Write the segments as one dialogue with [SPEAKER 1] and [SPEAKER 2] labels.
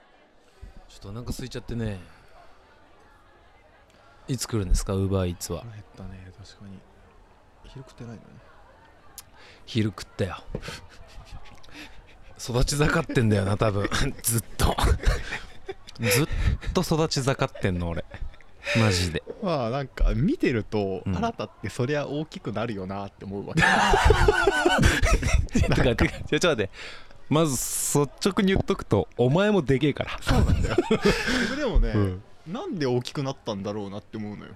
[SPEAKER 1] ょっとお腹空いちゃってねいつ来るんですかウーバーイーツは
[SPEAKER 2] 腹減ったね確かに昼食ってないのね
[SPEAKER 1] 昼食ったよ 育ち盛ってんだよな多分 ずっとずっと育ち盛ってんの俺マジ で
[SPEAKER 2] まあなんか見てると、
[SPEAKER 1] うん
[SPEAKER 2] あなたってそりゃ大きくなるよなって思う わけ
[SPEAKER 1] てかてかちょっと待ってまず率直に言っとくとお前もでけえから
[SPEAKER 2] そうなんだよそれでもね、
[SPEAKER 1] うん
[SPEAKER 2] なんで大きくなったんだろうなって思うのよ、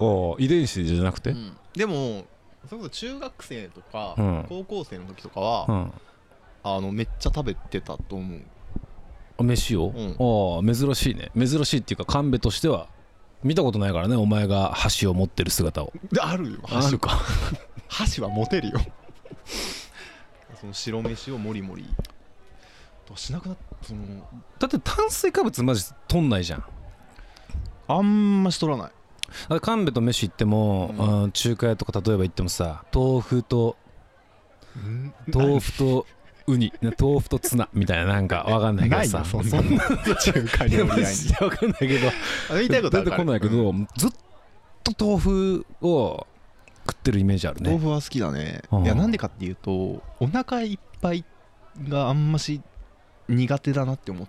[SPEAKER 1] おう遺伝子じゃなくて
[SPEAKER 2] うんでもそれこそ中学生とか、
[SPEAKER 1] うん
[SPEAKER 2] 高校生の時とかは、
[SPEAKER 1] うん
[SPEAKER 2] あのめっちゃ食べてたと思う
[SPEAKER 1] あ飯を、ああ珍しいね珍しいっていうか神戸としては見たことないからねお前が箸を持ってる姿を
[SPEAKER 2] であるよ
[SPEAKER 1] あるか
[SPEAKER 2] 箸は持てるよ その白飯をもりもりとしなくなったその
[SPEAKER 1] だって炭水化物マジとんないじゃんだ
[SPEAKER 2] あんましとらない
[SPEAKER 1] から神戸と飯行っても、
[SPEAKER 2] う
[SPEAKER 1] うん中華屋とか例えば行ってもさ豆腐と豆腐とウニね豆腐とツナみたいななんかわかんないけど
[SPEAKER 2] ない
[SPEAKER 1] さ
[SPEAKER 2] よそんなの 中華
[SPEAKER 1] いや
[SPEAKER 2] 料理
[SPEAKER 1] マ
[SPEAKER 2] 屋に
[SPEAKER 1] ジでわかんないけど
[SPEAKER 2] あ言いたいこと
[SPEAKER 1] 出
[SPEAKER 2] は分
[SPEAKER 1] て
[SPEAKER 2] か
[SPEAKER 1] こ
[SPEAKER 2] る
[SPEAKER 1] ないけ
[SPEAKER 2] うん
[SPEAKER 1] ど、ずっと豆腐を食ってるイメージあるね
[SPEAKER 2] 豆腐は好きだね、
[SPEAKER 1] うん
[SPEAKER 2] いやなんでかっていうとお腹いっぱいがあんまし苦手だなって思っ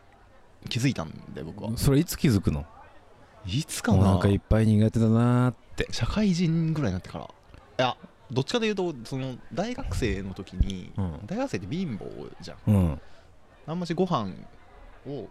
[SPEAKER 2] 気づいたんだよ僕は
[SPEAKER 1] それいつ気づくの
[SPEAKER 2] いつか
[SPEAKER 1] お
[SPEAKER 2] な
[SPEAKER 1] 腹いっぱい苦手だなーって
[SPEAKER 2] 社会人ぐらいになってからいやどっちかというとその大学生の時に、
[SPEAKER 1] うん
[SPEAKER 2] 大学生って貧乏じゃん
[SPEAKER 1] うん
[SPEAKER 2] あんましご飯を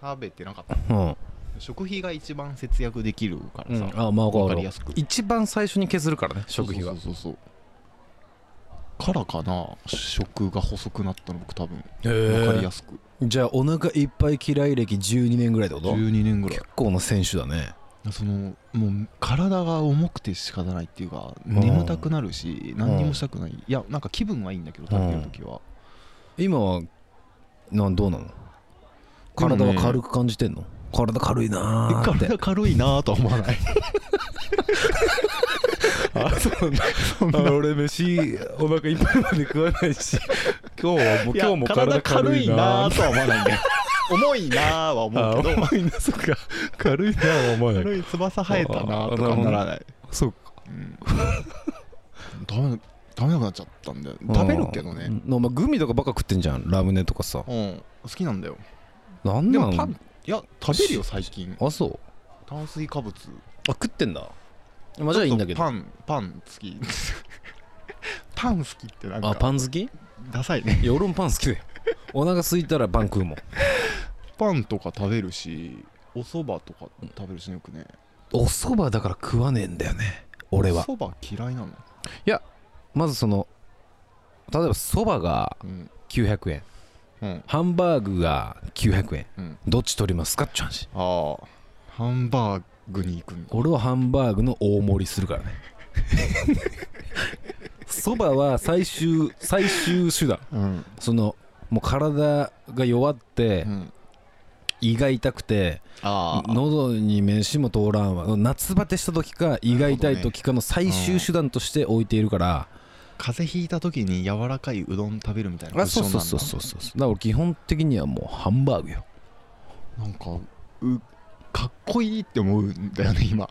[SPEAKER 2] 食べてなかった
[SPEAKER 1] うん
[SPEAKER 2] 食費が一番節約できるからさ、
[SPEAKER 1] あまあ
[SPEAKER 2] わ
[SPEAKER 1] わか
[SPEAKER 2] かりや
[SPEAKER 1] る
[SPEAKER 2] すく
[SPEAKER 1] 一番最初に削るからね食費は
[SPEAKER 2] そうそうそうそうからかな食が細くなったの僕多分わかりやすく
[SPEAKER 1] じゃあお腹いっぱい嫌い歴12年ぐらいってこと
[SPEAKER 2] 12年ぐらい
[SPEAKER 1] 結構な選手だね
[SPEAKER 2] そのもう体が重くて仕方ないっていうか
[SPEAKER 1] うん
[SPEAKER 2] 眠たくなるし何にもしたくないいやなんか気分はいいんだけど食べてる時は
[SPEAKER 1] 今はなんどうなの体は軽く感じてんの体軽いな
[SPEAKER 2] え
[SPEAKER 1] ーって
[SPEAKER 2] 体軽いなぁとは思わない
[SPEAKER 1] あそう なんだ俺飯お腹いっぱいまで食わない し今日はもう今日も体軽いなー
[SPEAKER 2] とは思わないんだよ重いなぁは思うけど
[SPEAKER 1] あ重いなそっか軽いなーは思わない
[SPEAKER 2] 軽い翼生えたなぁとかならない
[SPEAKER 1] そうか
[SPEAKER 2] うん、食べな食べなくなっちゃったんだよ食べるけどね
[SPEAKER 1] うんお前グミとかばっか食ってんじゃんラムネとかさ
[SPEAKER 2] うん好きなんだよ
[SPEAKER 1] なん
[SPEAKER 2] で
[SPEAKER 1] な
[SPEAKER 2] も
[SPEAKER 1] の
[SPEAKER 2] たいや食べるよ最近
[SPEAKER 1] あそう
[SPEAKER 2] 炭水化物
[SPEAKER 1] あ食ってんだまあじゃあいいんだけど
[SPEAKER 2] パンパン好き パン好きってなん
[SPEAKER 1] あ
[SPEAKER 2] か
[SPEAKER 1] パン好き
[SPEAKER 2] ダサいね
[SPEAKER 1] いや俺もパン好きだよお腹空いたらパン食うもん
[SPEAKER 2] パンとか食べるしお蕎麦とか食べるしねよくね
[SPEAKER 1] お蕎麦だから食わねえんだよね俺は
[SPEAKER 2] お蕎麦嫌いなの
[SPEAKER 1] まずその例えば蕎麦が
[SPEAKER 2] うん
[SPEAKER 1] 900円
[SPEAKER 2] うん
[SPEAKER 1] ハンバーグが900円
[SPEAKER 2] うん
[SPEAKER 1] どっち取りますかって話
[SPEAKER 2] ああハンバーグに行くんだ
[SPEAKER 1] 俺はハンバーグの大盛りするから ね蕎麦は最終最終手段
[SPEAKER 2] うん
[SPEAKER 1] そのもう体が弱って
[SPEAKER 2] うん
[SPEAKER 1] 胃が痛くて
[SPEAKER 2] ああ
[SPEAKER 1] 喉に飯も通らんわ夏バテした時か胃が痛い時かの最終手段として置いているから
[SPEAKER 2] 風邪ひいた時に柔らかいうどん食べるみたいな
[SPEAKER 1] あそうそうそうそうそうだから俺基本的にはもうハンバーグよ
[SPEAKER 2] なんかうかっこいいって思うんだよ ね今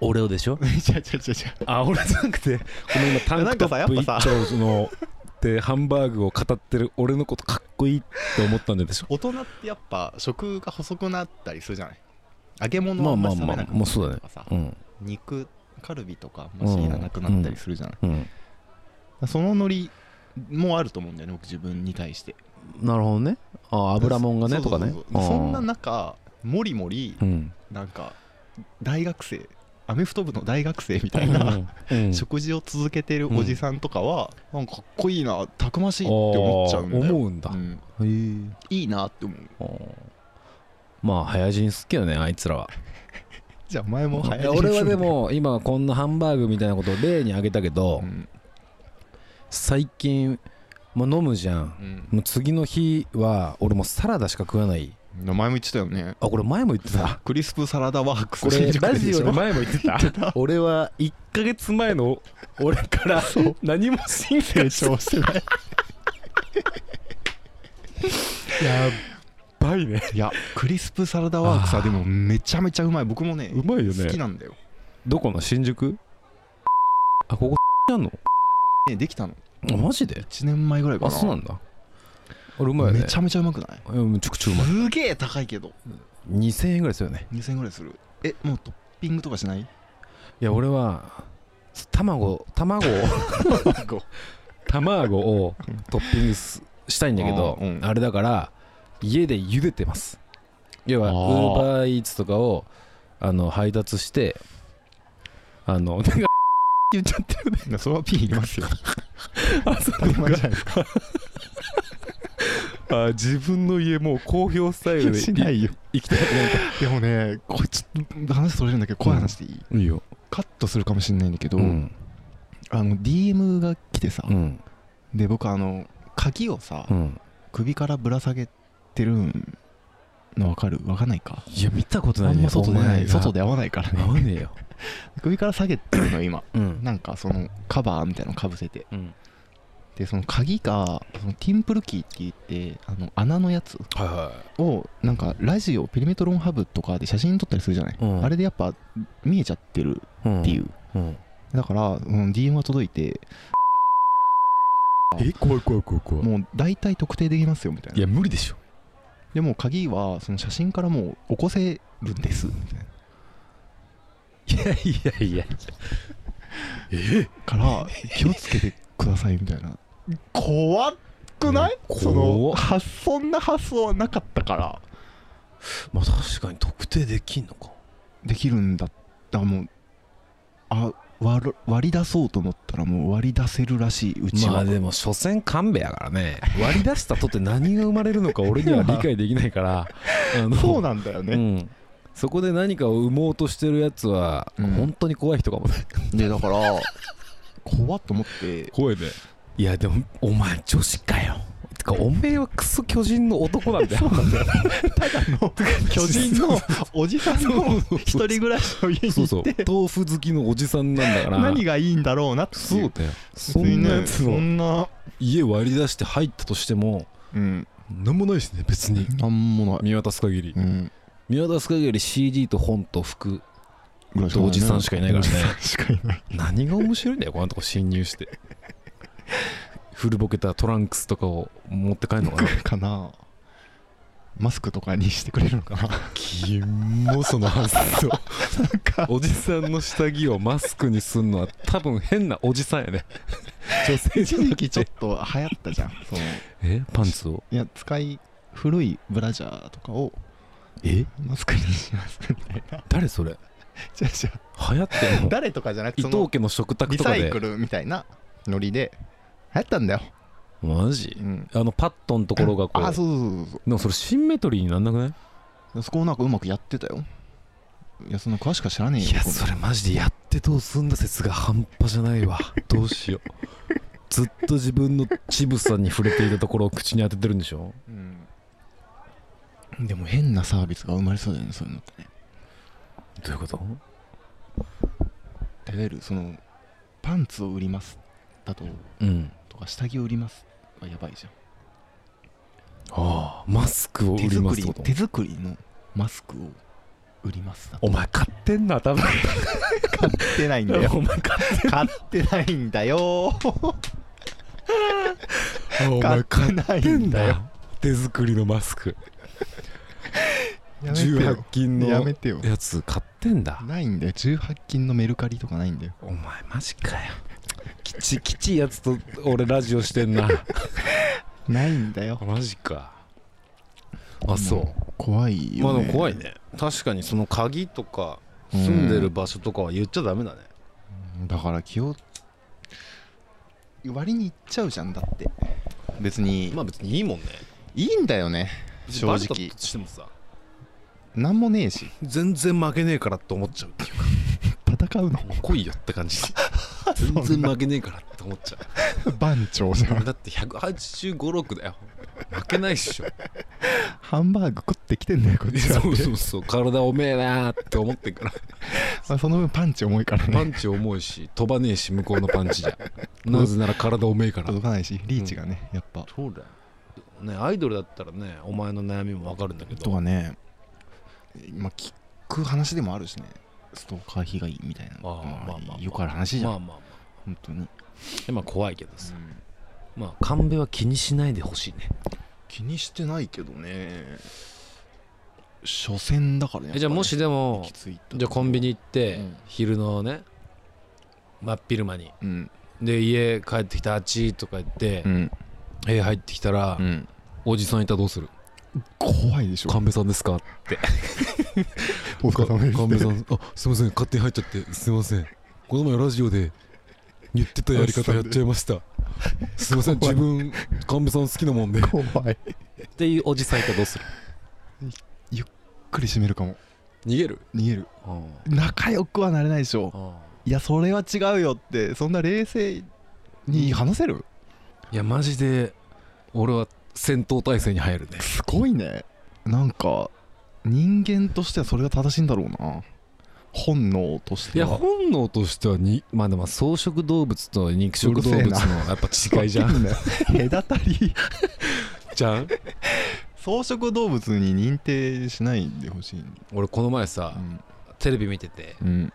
[SPEAKER 1] 俺をでしょ
[SPEAKER 2] ちゃちゃちゃちゃ
[SPEAKER 1] あ俺じゃなくてこの今タンクトップ
[SPEAKER 2] なん
[SPEAKER 1] 一
[SPEAKER 2] かさ
[SPEAKER 1] 丁のでハンバーグを語ってる俺のことかっこいいって思ったんでしょ
[SPEAKER 2] 大人ってやっぱ食が細くなったりするじゃない揚げ物
[SPEAKER 1] まあ
[SPEAKER 2] はん
[SPEAKER 1] まあ
[SPEAKER 2] し食
[SPEAKER 1] ま
[SPEAKER 2] べ
[SPEAKER 1] あ
[SPEAKER 2] なく
[SPEAKER 1] もうそうだね
[SPEAKER 2] とかさ
[SPEAKER 1] うん
[SPEAKER 2] 肉カルビとかもしいらなくなったりするじゃない、
[SPEAKER 1] うん
[SPEAKER 2] そのノリもあると思うんだよね僕自分に対して
[SPEAKER 1] なるほどねあ油もんがね
[SPEAKER 2] そ
[SPEAKER 1] と
[SPEAKER 2] うそ
[SPEAKER 1] か
[SPEAKER 2] うそう
[SPEAKER 1] ね
[SPEAKER 2] そう
[SPEAKER 1] あー
[SPEAKER 2] そんな中もりもり
[SPEAKER 1] うん
[SPEAKER 2] なんか大学生アメフト部の大学生みた いな
[SPEAKER 1] うん
[SPEAKER 2] 食事を続けてるおじさんとかは、なんかかっこいいなたくましいって思っちゃうんだよ
[SPEAKER 1] あー思うんだ
[SPEAKER 2] うん
[SPEAKER 1] へえ
[SPEAKER 2] いいなって思う
[SPEAKER 1] まあ早死に好きよねあいつらは
[SPEAKER 2] じゃあ前も
[SPEAKER 1] いや俺はで、も今こんなハンバーグみたいなことを例に挙げたけど、
[SPEAKER 2] うん
[SPEAKER 1] 最近もう飲むじゃん
[SPEAKER 2] うん、
[SPEAKER 1] もう次の日は俺もうサラダしか食わない
[SPEAKER 2] 前も言ってたよね
[SPEAKER 1] あこれ前も言ってた
[SPEAKER 2] クリスプサラダワークス
[SPEAKER 1] これ
[SPEAKER 2] 新宿店
[SPEAKER 1] ラジオで
[SPEAKER 2] しょ
[SPEAKER 1] 前も言ってた 俺は1ヶ月前の俺から何も進化
[SPEAKER 2] 成長してない
[SPEAKER 1] やばいいね
[SPEAKER 2] いやクリスプサラダワークスは
[SPEAKER 1] あー
[SPEAKER 2] でもめちゃめちゃうまい僕もね
[SPEAKER 1] うまいよ
[SPEAKER 2] 好き
[SPEAKER 1] ね
[SPEAKER 2] なんだよ、
[SPEAKER 1] どこの新宿あここなの
[SPEAKER 2] ね、できたの
[SPEAKER 1] あマジで
[SPEAKER 2] 1年前ぐらいか
[SPEAKER 1] あ
[SPEAKER 2] な
[SPEAKER 1] そうなんだあれうまいよね
[SPEAKER 2] めちゃめちゃうまくない
[SPEAKER 1] ゃめちゃくちゃうまい
[SPEAKER 2] すげえ高いけど
[SPEAKER 1] 2000円ぐらいですよね
[SPEAKER 2] 2000円ぐらいするえもうトッピングとかしない
[SPEAKER 1] いや俺は卵卵を 卵をトッピングすしたいんだけど
[SPEAKER 2] あーうん
[SPEAKER 1] あれだから家で茹でてます要は
[SPEAKER 2] あ
[SPEAKER 1] ウ
[SPEAKER 2] ー
[SPEAKER 1] ーバーイーツとかをあの配達してあの なんか言っちゃってるね
[SPEAKER 2] それはピンいりますよ
[SPEAKER 1] あそう
[SPEAKER 2] 当たり前じゃない
[SPEAKER 1] あ自分の家もう公表スタイルで
[SPEAKER 2] しないよ
[SPEAKER 1] 生きて
[SPEAKER 2] でもねこれちょっと話それるんだけど怖い話でいい、
[SPEAKER 1] いいよ
[SPEAKER 2] カットするかもしれないんだけど、
[SPEAKER 1] うん
[SPEAKER 2] あの DM が来てさ、
[SPEAKER 1] うん
[SPEAKER 2] で僕あの鍵をさ、
[SPEAKER 1] うん
[SPEAKER 2] 首からぶら下げてるのわかるわかんないか
[SPEAKER 1] いや見たことな
[SPEAKER 2] あ
[SPEAKER 1] い
[SPEAKER 2] ん
[SPEAKER 1] ね
[SPEAKER 2] ま外出ない
[SPEAKER 1] で
[SPEAKER 2] 外で合わないから
[SPEAKER 1] 合
[SPEAKER 2] ね
[SPEAKER 1] わねえよ
[SPEAKER 2] 首から下げてるの今
[SPEAKER 1] うん
[SPEAKER 2] なんかそのカバーみたいなのかぶせて
[SPEAKER 1] うん
[SPEAKER 2] でその鍵がそのティンプルキーって言ってあの穴のやつ
[SPEAKER 1] はいは
[SPEAKER 2] をなんかラジオペリメトロンハブとかで写真撮ったりするじゃない、
[SPEAKER 1] うん
[SPEAKER 2] あれでやっぱ見えちゃってる
[SPEAKER 1] い
[SPEAKER 2] っていう、
[SPEAKER 1] うん
[SPEAKER 2] だから、うん、DM が届いて
[SPEAKER 1] え怖い怖い怖い怖
[SPEAKER 2] もう大体特定できますよみたい
[SPEAKER 1] い
[SPEAKER 2] な
[SPEAKER 1] や無理でしょ
[SPEAKER 2] でも鍵はその写真からもう起こせるんですみたいない
[SPEAKER 1] やいやいや
[SPEAKER 2] から気をつけてくださいみたいな怖くない、
[SPEAKER 1] うん
[SPEAKER 2] その
[SPEAKER 1] 怖っ
[SPEAKER 2] 発そんな発想はなかったから
[SPEAKER 1] まあ確かに特定できんのか
[SPEAKER 2] できるんだったらもうあ割る割り出そうと思ったらもう割り出せるらしいうちは、
[SPEAKER 1] まあでも所詮勘弁やからね 割り出したとって何が生まれるのか俺には理解できないから あの
[SPEAKER 2] そうなんだよ
[SPEAKER 1] う
[SPEAKER 2] ね、
[SPEAKER 1] んそこで何かを生もうとしてるやつは
[SPEAKER 2] うん
[SPEAKER 1] 本当に怖い人かもね
[SPEAKER 2] でだから怖っと思って
[SPEAKER 1] 怖いねいやでもお前女子かよてかおめえはクソ巨人の男なんだ よ
[SPEAKER 2] 巨人のおじさんの一人暮らしの家に
[SPEAKER 1] そう
[SPEAKER 2] 行
[SPEAKER 1] そう
[SPEAKER 2] って
[SPEAKER 1] 豆腐好きのおじさんなんだから
[SPEAKER 2] 何がいいんだろうなって
[SPEAKER 1] そ
[SPEAKER 2] いうう
[SPEAKER 1] だよそんなやつ
[SPEAKER 2] そ
[SPEAKER 1] の
[SPEAKER 2] んな、
[SPEAKER 1] 家割り出して入ったとしても
[SPEAKER 2] うん、
[SPEAKER 1] なんもないしね別に
[SPEAKER 2] なんもない、
[SPEAKER 1] 見渡す限り
[SPEAKER 2] うん、
[SPEAKER 1] 見渡す限り CD と本と服
[SPEAKER 2] ぐらいしか
[SPEAKER 1] とおじさんしかいないからね
[SPEAKER 2] おじさんしかいない
[SPEAKER 1] 何が面白いんだよこんなとこ侵入して古ぼけたトランクスとかを持って帰るのかな
[SPEAKER 2] かなマスクとかにしてくれるのかな
[SPEAKER 1] キモその発想
[SPEAKER 2] なんか
[SPEAKER 1] おじさんの下着をマスクにすんのは多分変なおじさんやね女性
[SPEAKER 2] 一
[SPEAKER 1] じゃな
[SPEAKER 2] 時
[SPEAKER 1] くて
[SPEAKER 2] 期ちょっと流行っ たじゃんそのい
[SPEAKER 1] えパンツを
[SPEAKER 2] や使い古いブラジャーとかを
[SPEAKER 1] え
[SPEAKER 2] マスクに しますみたいな
[SPEAKER 1] 誰それ
[SPEAKER 2] じゃあじゃあ
[SPEAKER 1] 流行ってんの
[SPEAKER 2] 誰とかじゃなくて
[SPEAKER 1] 伊
[SPEAKER 2] そ
[SPEAKER 1] 藤
[SPEAKER 2] の
[SPEAKER 1] 家の食卓
[SPEAKER 2] リ
[SPEAKER 1] と
[SPEAKER 2] サ
[SPEAKER 1] か
[SPEAKER 2] イ
[SPEAKER 1] で
[SPEAKER 2] クルみたいなノリで流行ったんだよ、
[SPEAKER 1] マジ
[SPEAKER 2] うん、
[SPEAKER 1] あのパッドのところがこう
[SPEAKER 2] あそうそうそうそう
[SPEAKER 1] でもそれシンメトリーになんなくない
[SPEAKER 2] そこをなんかうまくやってたよいやそんな詳しくは知らねえよ
[SPEAKER 1] いやそれマジでやってどうすんだ説が半端じゃ ないわどうしようずっと自分の乳房に触れていたところを口に当ててるんでしょ
[SPEAKER 2] うんでも変なサービスが生まれそうだよねそういうのってね
[SPEAKER 1] どういうこと
[SPEAKER 2] いわゆるそのパンツを売りますだと
[SPEAKER 1] うん
[SPEAKER 2] とか下着を売りますはやばいじゃん
[SPEAKER 1] ああマスクを売
[SPEAKER 2] 手
[SPEAKER 1] りま
[SPEAKER 2] 作
[SPEAKER 1] すって
[SPEAKER 2] り
[SPEAKER 1] こと
[SPEAKER 2] 手作りのマスクを売りますだと
[SPEAKER 1] お前買ってんな多分
[SPEAKER 2] 買ってないん
[SPEAKER 1] お
[SPEAKER 2] だ
[SPEAKER 1] 前
[SPEAKER 2] よ
[SPEAKER 1] 買っ
[SPEAKER 2] 買ってないんだよ
[SPEAKER 1] てお
[SPEAKER 2] 買
[SPEAKER 1] 前
[SPEAKER 2] って
[SPEAKER 1] 買っ
[SPEAKER 2] ない
[SPEAKER 1] て
[SPEAKER 2] ん
[SPEAKER 1] ん
[SPEAKER 2] だ
[SPEAKER 1] だ
[SPEAKER 2] よ
[SPEAKER 1] よ手作りのマスク
[SPEAKER 2] や
[SPEAKER 1] 18均の
[SPEAKER 2] やめてよ
[SPEAKER 1] やつ買ってんだ
[SPEAKER 2] ないんだよ18金のメルカリとかないんだよ
[SPEAKER 1] お前マジかよきちきちいやつと俺ラジオしてんな
[SPEAKER 2] ないんだよ
[SPEAKER 1] マジかあそう
[SPEAKER 2] 怖いよ、
[SPEAKER 1] ま
[SPEAKER 2] ね、
[SPEAKER 1] あでも怖いね確かにその鍵とか
[SPEAKER 2] うん
[SPEAKER 1] 住んでる場所とかは言っちゃダメだね、
[SPEAKER 2] だから気を割に行っちゃうじゃんだって別に、
[SPEAKER 1] まあ別にいいもんね
[SPEAKER 2] いいんだよね正直
[SPEAKER 1] バレたとしてもさ
[SPEAKER 2] なんもねえし
[SPEAKER 1] 全然負けねえからって思っちゃうっていう
[SPEAKER 2] 戦うの
[SPEAKER 1] か来いよって感 じ
[SPEAKER 2] んな
[SPEAKER 1] 全然負けねえからって思っちゃう
[SPEAKER 2] 番長じゃん
[SPEAKER 1] だって1856だよ負けないっしょ
[SPEAKER 2] ハンバーグ食ってきてんだよこっちは
[SPEAKER 1] そうそうそう体おめえなーって思ってっから
[SPEAKER 2] まあ、その分パンチ重いから
[SPEAKER 1] パ
[SPEAKER 2] ね
[SPEAKER 1] ンチ重いし飛ばねえし向こうのパンチじゃなぜなら体おめえから
[SPEAKER 2] 届かないしリーチがね、やっぱ
[SPEAKER 1] そうだよねアイドルだったらねお前の悩みもわかるんだけ
[SPEAKER 2] と
[SPEAKER 1] ど
[SPEAKER 2] かねまあ聞く話でもあるしねストーカー被害みたいなの
[SPEAKER 1] ああまあまあまあ
[SPEAKER 2] よくある話じゃん、
[SPEAKER 1] まあまあまあ
[SPEAKER 2] 本当に、
[SPEAKER 1] でまあ怖いけどさまあ神戸は気にしないでほしいね
[SPEAKER 2] 気にしてないけどね所詮だからね
[SPEAKER 1] えじゃあもしでもじゃあコンビニ行って、
[SPEAKER 2] うん
[SPEAKER 1] 昼のね真っ昼間に
[SPEAKER 2] うん
[SPEAKER 1] で家帰ってきたあっちとか言って、
[SPEAKER 2] うん、
[SPEAKER 1] 部屋入ってきたら、
[SPEAKER 2] うん、
[SPEAKER 1] おじさんいたらどうする
[SPEAKER 2] 怖いでしょ
[SPEAKER 1] 神戸さんですか
[SPEAKER 2] お疲れ様です
[SPEAKER 1] 神戸さんあすいません勝手に入っちゃってすいませんこの前ラジオで言ってたやり方やっちゃいましたすいません自分神戸さん好きなもんでっ
[SPEAKER 2] 怖い
[SPEAKER 1] ていうおじさんいたらどうする
[SPEAKER 2] ゆっくり閉めるかも
[SPEAKER 1] 逃げる
[SPEAKER 2] 逃げる
[SPEAKER 1] あ
[SPEAKER 2] 仲良くはなれないでしょ
[SPEAKER 1] あ
[SPEAKER 2] いやそれは違うよってそんな冷静に話せる
[SPEAKER 1] いやマジで俺は戦闘態勢に入るね
[SPEAKER 2] すごいねなんか人間としてはそれが正しいんだろうな本能とし
[SPEAKER 1] い
[SPEAKER 2] て
[SPEAKER 1] や
[SPEAKER 2] は
[SPEAKER 1] 本能としてはにまあでも草食動物と肉食動物のやっぱ違いじゃん
[SPEAKER 2] 隔たり
[SPEAKER 1] じゃん
[SPEAKER 2] 草食動物に認定しないでほしい
[SPEAKER 1] 俺この前さ、
[SPEAKER 2] うん
[SPEAKER 1] テレビ見てて
[SPEAKER 2] うん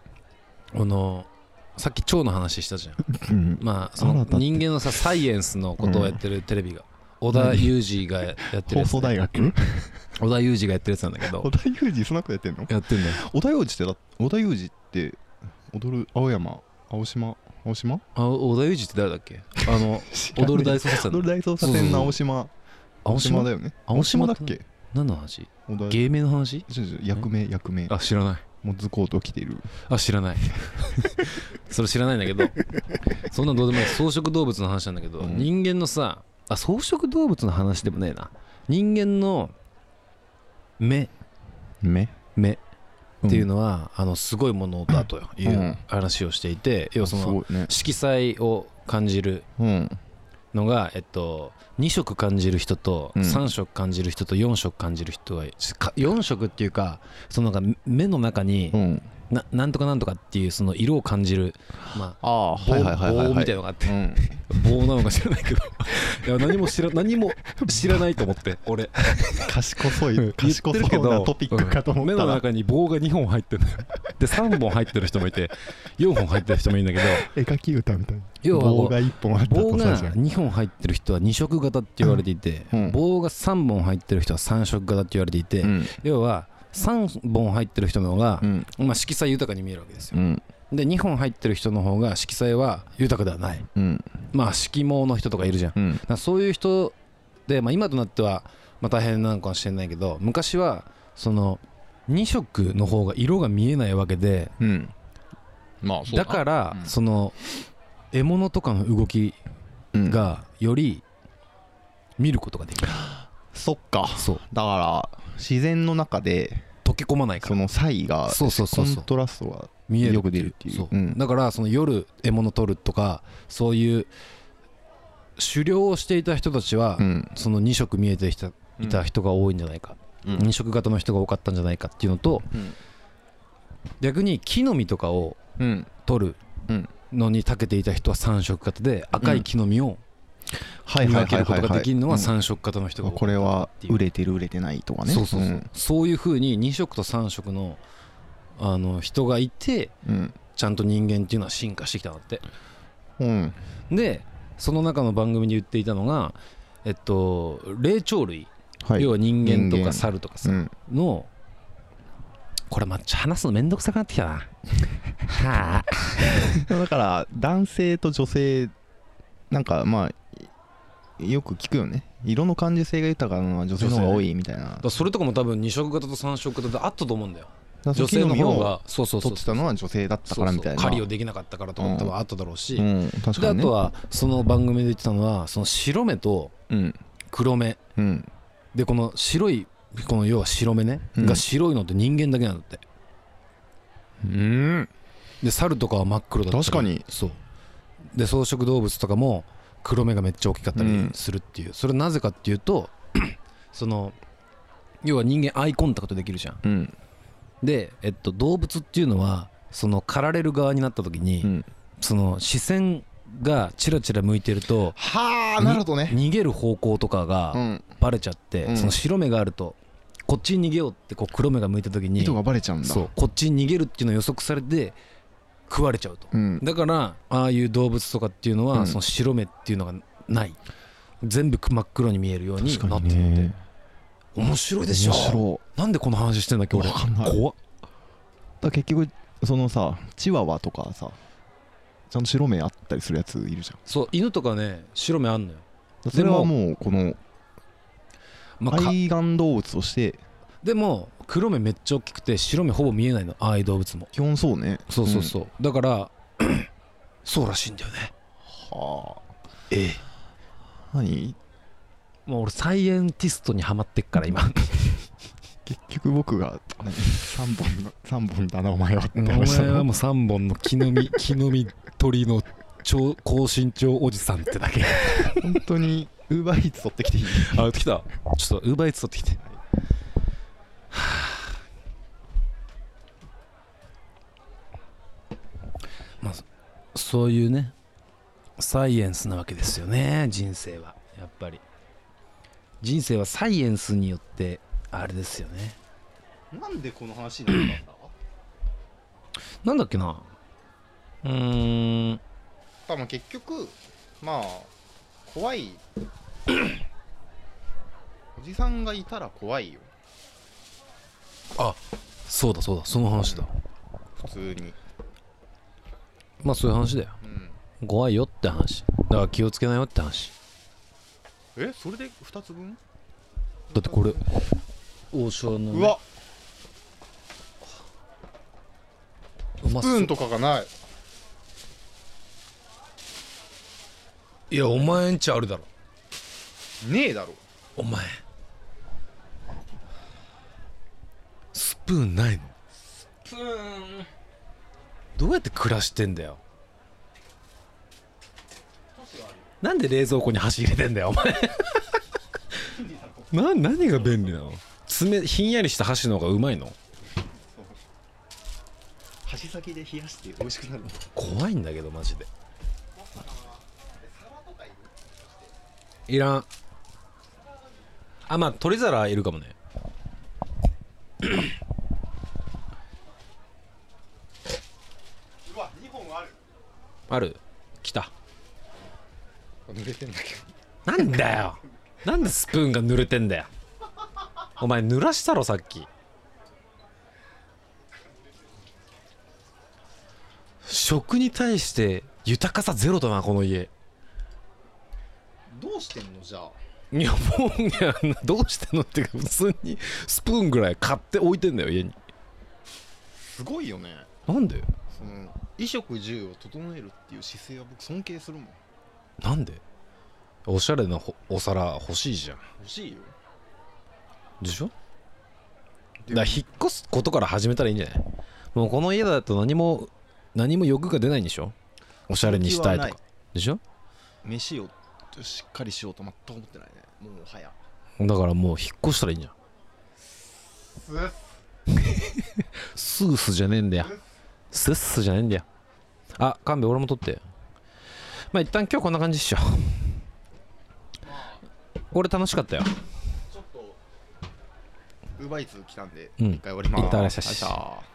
[SPEAKER 1] このさっき腸の話したじゃん
[SPEAKER 2] うん
[SPEAKER 1] まあそ
[SPEAKER 2] あ
[SPEAKER 1] の
[SPEAKER 2] なたって
[SPEAKER 1] 人間のさサイエンスのことをやってるテレビが、小田裕二がやってる
[SPEAKER 2] 放
[SPEAKER 1] やつ
[SPEAKER 2] 送大学
[SPEAKER 1] 小田裕二がやってるやつなんだけど
[SPEAKER 2] 織田裕二そんなことやってんの
[SPEAKER 1] やってんだよ
[SPEAKER 2] 織田裕二ってだ織田裕二って踊る青山青島青島
[SPEAKER 1] あ小田裕二って誰だっけあの 踊る大捜査線
[SPEAKER 2] 踊
[SPEAKER 1] の
[SPEAKER 2] る大捜査線の青島
[SPEAKER 1] 青島
[SPEAKER 2] だよね
[SPEAKER 1] 青
[SPEAKER 2] 青
[SPEAKER 1] 島だ
[SPEAKER 2] 島だ
[SPEAKER 1] っ
[SPEAKER 2] っ
[SPEAKER 1] け
[SPEAKER 2] け
[SPEAKER 1] 何の話
[SPEAKER 2] 織田
[SPEAKER 1] 芸名の話
[SPEAKER 2] ちょちょ役名役名
[SPEAKER 1] あ知らない
[SPEAKER 2] モッズコート着てる
[SPEAKER 1] あ知らない それ知らないんだけどそんなんどうでもない草食動物の話なんだけど、
[SPEAKER 2] うん
[SPEAKER 1] 人間のさあ草食動物の話でもねえな人間の目
[SPEAKER 2] 目
[SPEAKER 1] 目っていうのは、あのすごいものだといううん話をしていて、要はそ
[SPEAKER 2] す
[SPEAKER 1] の
[SPEAKER 2] ごいね
[SPEAKER 1] 色彩を感じる
[SPEAKER 2] うん
[SPEAKER 1] のが、えっと、2色感じる人と
[SPEAKER 2] うん
[SPEAKER 1] 3色感じる人と4色感じる人が4色っていうかそのなんか目の中に
[SPEAKER 2] うん
[SPEAKER 1] ななんとかなんとかっていうその色を感じる、まあ、
[SPEAKER 2] ああ
[SPEAKER 1] 棒
[SPEAKER 2] はいはいはいはい
[SPEAKER 1] 棒みたい
[SPEAKER 2] な
[SPEAKER 1] のがあって 棒なのか知らない けどいや何も知ら何も知らないと思って俺
[SPEAKER 2] 賢そう
[SPEAKER 1] うん
[SPEAKER 2] い賢
[SPEAKER 1] 言って
[SPEAKER 2] そ
[SPEAKER 1] る
[SPEAKER 2] うなトピックかと思っ
[SPEAKER 1] うん目
[SPEAKER 2] た
[SPEAKER 1] の
[SPEAKER 2] ら
[SPEAKER 1] 中に棒が2本入ってるのよで3本入ってる人もいて4本入ってる人もいるんだけど
[SPEAKER 2] 絵描き歌みたい
[SPEAKER 1] 要
[SPEAKER 2] な
[SPEAKER 1] は
[SPEAKER 2] 棒が一本あった
[SPEAKER 1] 棒
[SPEAKER 2] と
[SPEAKER 1] が
[SPEAKER 2] さじゃん
[SPEAKER 1] 2本入ってる人は2色型って言われていて、
[SPEAKER 2] うん
[SPEAKER 1] 棒が3本入ってる人は3色型って言われていて、
[SPEAKER 2] うん
[SPEAKER 1] 要は3本入ってる人の方が
[SPEAKER 2] う、ん
[SPEAKER 1] まあ、色彩豊かに見えるわけですよ
[SPEAKER 2] うん
[SPEAKER 1] で2本入ってる人の方が色彩は豊かではない
[SPEAKER 2] うん
[SPEAKER 1] まあ色盲の人とかいるじゃん
[SPEAKER 2] うん
[SPEAKER 1] だからそういう人で、まあ、今となっては、まあ、大変なのかもしれないけど昔はその2色の方が色が見えないわけで
[SPEAKER 2] うんまあそう
[SPEAKER 1] だから、
[SPEAKER 2] うん
[SPEAKER 1] その獲物とかの動き
[SPEAKER 2] うん
[SPEAKER 1] がより見ることができる、
[SPEAKER 2] そっか
[SPEAKER 1] そう
[SPEAKER 2] だから自然の中で
[SPEAKER 1] 溶け込まないか
[SPEAKER 2] そ
[SPEAKER 1] ら
[SPEAKER 2] の差異が
[SPEAKER 1] そうそうそ
[SPEAKER 2] コ
[SPEAKER 1] うそ
[SPEAKER 2] ン
[SPEAKER 1] う
[SPEAKER 2] トラストが
[SPEAKER 1] 見える
[SPEAKER 2] よく出るっていう
[SPEAKER 1] そう、
[SPEAKER 2] うん
[SPEAKER 1] だからその夜獲物取るとかそういう狩猟をしていた人たちは、
[SPEAKER 2] うん
[SPEAKER 1] その2色見えてきたいた人が多いんじゃないか、
[SPEAKER 2] うん
[SPEAKER 1] 2色型の人が多かったんじゃないかっていうのと逆に木の実とかを
[SPEAKER 2] うん
[SPEAKER 1] 取る
[SPEAKER 2] うん
[SPEAKER 1] のに長けていた人は3色型で赤い木の実を
[SPEAKER 2] はい
[SPEAKER 1] 見
[SPEAKER 2] はい
[SPEAKER 1] 分け
[SPEAKER 2] はい
[SPEAKER 1] るこ
[SPEAKER 2] はい
[SPEAKER 1] とが
[SPEAKER 2] は
[SPEAKER 1] できるのはい3色型の人が多かった
[SPEAKER 2] これは
[SPEAKER 1] ていう
[SPEAKER 2] 売れてる売れてないとかね
[SPEAKER 1] そうそうそう、
[SPEAKER 2] ん
[SPEAKER 1] そういうふうに2色と3色のあの人がいて
[SPEAKER 2] うん
[SPEAKER 1] ちゃんと人間っていうのは進化してきたんだって
[SPEAKER 2] うん
[SPEAKER 1] でその中の番組で言っていたのがえっと霊長類、
[SPEAKER 2] はい
[SPEAKER 1] 要は人間と
[SPEAKER 2] 人
[SPEAKER 1] か
[SPEAKER 2] 間
[SPEAKER 1] 猿とか
[SPEAKER 2] う
[SPEAKER 1] さ、
[SPEAKER 2] ん
[SPEAKER 1] のこれまっちゃ話すのめんどくさくなってき たなはあ
[SPEAKER 2] だから男性と女性なんかまあよく聞くよね色の感受性が豊かなのは女性の方が多いみたいな
[SPEAKER 1] だからそれとかも多分2色型と3色型であったと思うんだよ女
[SPEAKER 2] 女
[SPEAKER 1] 性
[SPEAKER 2] 性
[SPEAKER 1] の
[SPEAKER 2] の
[SPEAKER 1] 方
[SPEAKER 2] 方
[SPEAKER 1] が
[SPEAKER 2] が
[SPEAKER 1] そうそうそう
[SPEAKER 2] 取ってたのは女性だった
[SPEAKER 1] そ
[SPEAKER 2] か
[SPEAKER 1] う
[SPEAKER 2] ら
[SPEAKER 1] そう
[SPEAKER 2] みたいな
[SPEAKER 1] 狩りをできなかったからとかも多分あっただろうし、
[SPEAKER 2] うん
[SPEAKER 1] で
[SPEAKER 2] 確か
[SPEAKER 1] あ
[SPEAKER 2] にね
[SPEAKER 1] とはその番組で言ってたのはその白目と
[SPEAKER 2] うん
[SPEAKER 1] 黒目
[SPEAKER 2] うん
[SPEAKER 1] でこの白いこの要は白目ね、
[SPEAKER 2] うん
[SPEAKER 1] が白いのって人間だけなんだって
[SPEAKER 2] うん
[SPEAKER 1] で猿とかは真っ黒だったり
[SPEAKER 2] 確かに
[SPEAKER 1] そうで草食動物とかも黒目がめっちゃ大きかったりするっていう、それなぜかっていうと その要は人間アイコンタクトできるじゃん
[SPEAKER 2] うん
[SPEAKER 1] で、えっと、動物っていうのはその狩られる側になった時に、
[SPEAKER 2] うん
[SPEAKER 1] その視線がチラチラ向いてると
[SPEAKER 2] はあなるほどね
[SPEAKER 1] 逃げる方向とか
[SPEAKER 2] う
[SPEAKER 1] が
[SPEAKER 2] ん
[SPEAKER 1] バレちゃって、
[SPEAKER 2] うん
[SPEAKER 1] その白目があるとこっちに逃げようってこう黒目が向いた時に
[SPEAKER 2] 糸がバレちゃうんだ
[SPEAKER 1] そうこっちに逃げるっていうのを予測されて食われちゃうと、
[SPEAKER 2] うん
[SPEAKER 1] だからああいう動物とかっていうのは、
[SPEAKER 2] うん
[SPEAKER 1] その白目っていうのがない全部真っ黒に見えるように
[SPEAKER 2] 確
[SPEAKER 1] なっ
[SPEAKER 2] かに
[SPEAKER 1] てるんで、
[SPEAKER 2] ね
[SPEAKER 1] 面白いで
[SPEAKER 2] 面
[SPEAKER 1] しょ
[SPEAKER 2] 白
[SPEAKER 1] なんでこの話してんだっけ俺
[SPEAKER 2] わかんない
[SPEAKER 1] 怖っ
[SPEAKER 2] いだ結局そのさチワワとかさちゃんと白目あったりするやついるじゃ
[SPEAKER 1] そう犬とかね白目あんのよ、
[SPEAKER 2] んそれはもうこの
[SPEAKER 1] まあか
[SPEAKER 2] 愛玩動物として
[SPEAKER 1] でも黒目めっちゃ大きくて白目ほぼ見えないのああいう動物も
[SPEAKER 2] 基本そうね
[SPEAKER 1] そうそうそう、だから そうらしいんだよね
[SPEAKER 2] うんは
[SPEAKER 1] ええ
[SPEAKER 2] あ何
[SPEAKER 1] もう俺サイエンティストにはまってっから今
[SPEAKER 2] 結局僕が3本 の三本だなお前はって
[SPEAKER 1] お
[SPEAKER 2] 話した
[SPEAKER 1] 前は
[SPEAKER 2] の
[SPEAKER 1] もう3本の木の実木の実鳥の超高身長おじさんってだけ
[SPEAKER 2] 本当にウーバーイーツ取ってきていい
[SPEAKER 1] あ来たちょっとウーバーイーツ取ってきて まあそそういうねサイエンスなわけですよね人生はやっぱり人生はサイエンスによってあれですよね
[SPEAKER 2] なんでこの話になったんだ
[SPEAKER 1] なんだっけなうーん
[SPEAKER 2] 多分結局まあ怖 いおじさんがいたら怖いよ
[SPEAKER 1] そうだそうだその話だ
[SPEAKER 2] 普通に
[SPEAKER 1] まあそういう話だよ
[SPEAKER 2] うん
[SPEAKER 1] 怖いよって話だから気をつけなよって話
[SPEAKER 2] えそれで2つ分
[SPEAKER 1] だってこれ王将のね、
[SPEAKER 2] うわ
[SPEAKER 1] うま
[SPEAKER 2] スプ
[SPEAKER 1] そう
[SPEAKER 2] ーンとかがない
[SPEAKER 1] いやお前んちあるだろ
[SPEAKER 2] ねえだろ
[SPEAKER 1] お前スプーンないの
[SPEAKER 2] スプーン
[SPEAKER 1] どうやって暮らしてんだよなんで冷蔵庫に箸入れてんだよお前な何が便利なの爪ひんやりした箸の方がうまいの
[SPEAKER 2] 箸先で冷やして美味しくなる
[SPEAKER 1] 怖いんだけどマジでいらんあまあ取り皿いるかもね
[SPEAKER 2] うわ2本ある
[SPEAKER 1] ある来た
[SPEAKER 2] 濡れてんだけど
[SPEAKER 1] なんだよなんでスプーンが濡れてんだよお前濡らしたろさっき食に対して豊かさゼロだなこの家
[SPEAKER 2] どうしてんのじゃあ
[SPEAKER 1] いやもういやどうしてんのっていうか普通にスプーンぐらい買って置いてんだよ家に
[SPEAKER 2] すごいよね
[SPEAKER 1] なんで
[SPEAKER 2] その衣食住を整えるっていう姿勢は僕尊敬するもん
[SPEAKER 1] なんでおしゃれなほお皿欲しいじゃん
[SPEAKER 2] 欲しいよ
[SPEAKER 1] でしょだから引っ越すことから始めたらいいんじゃないもうこの家だと何も何も欲が出ないんでしょおしゃれにしたいと
[SPEAKER 2] 欲
[SPEAKER 1] かでしょ
[SPEAKER 2] 飯をしっかりしようと全く思ってないねもう早
[SPEAKER 1] だからもう引っ越したらいいんじゃん
[SPEAKER 2] す
[SPEAKER 1] スースじゃねえんだよスッスじゃねえんだよあ勘弁俺も取ってまあ一旦今日こんな感じっしょ俺楽しかったよ
[SPEAKER 2] ちょっとウーバーイーツ来たんで
[SPEAKER 1] うん
[SPEAKER 2] 一回終わります
[SPEAKER 1] いってらっしゃい
[SPEAKER 2] ありがとうございました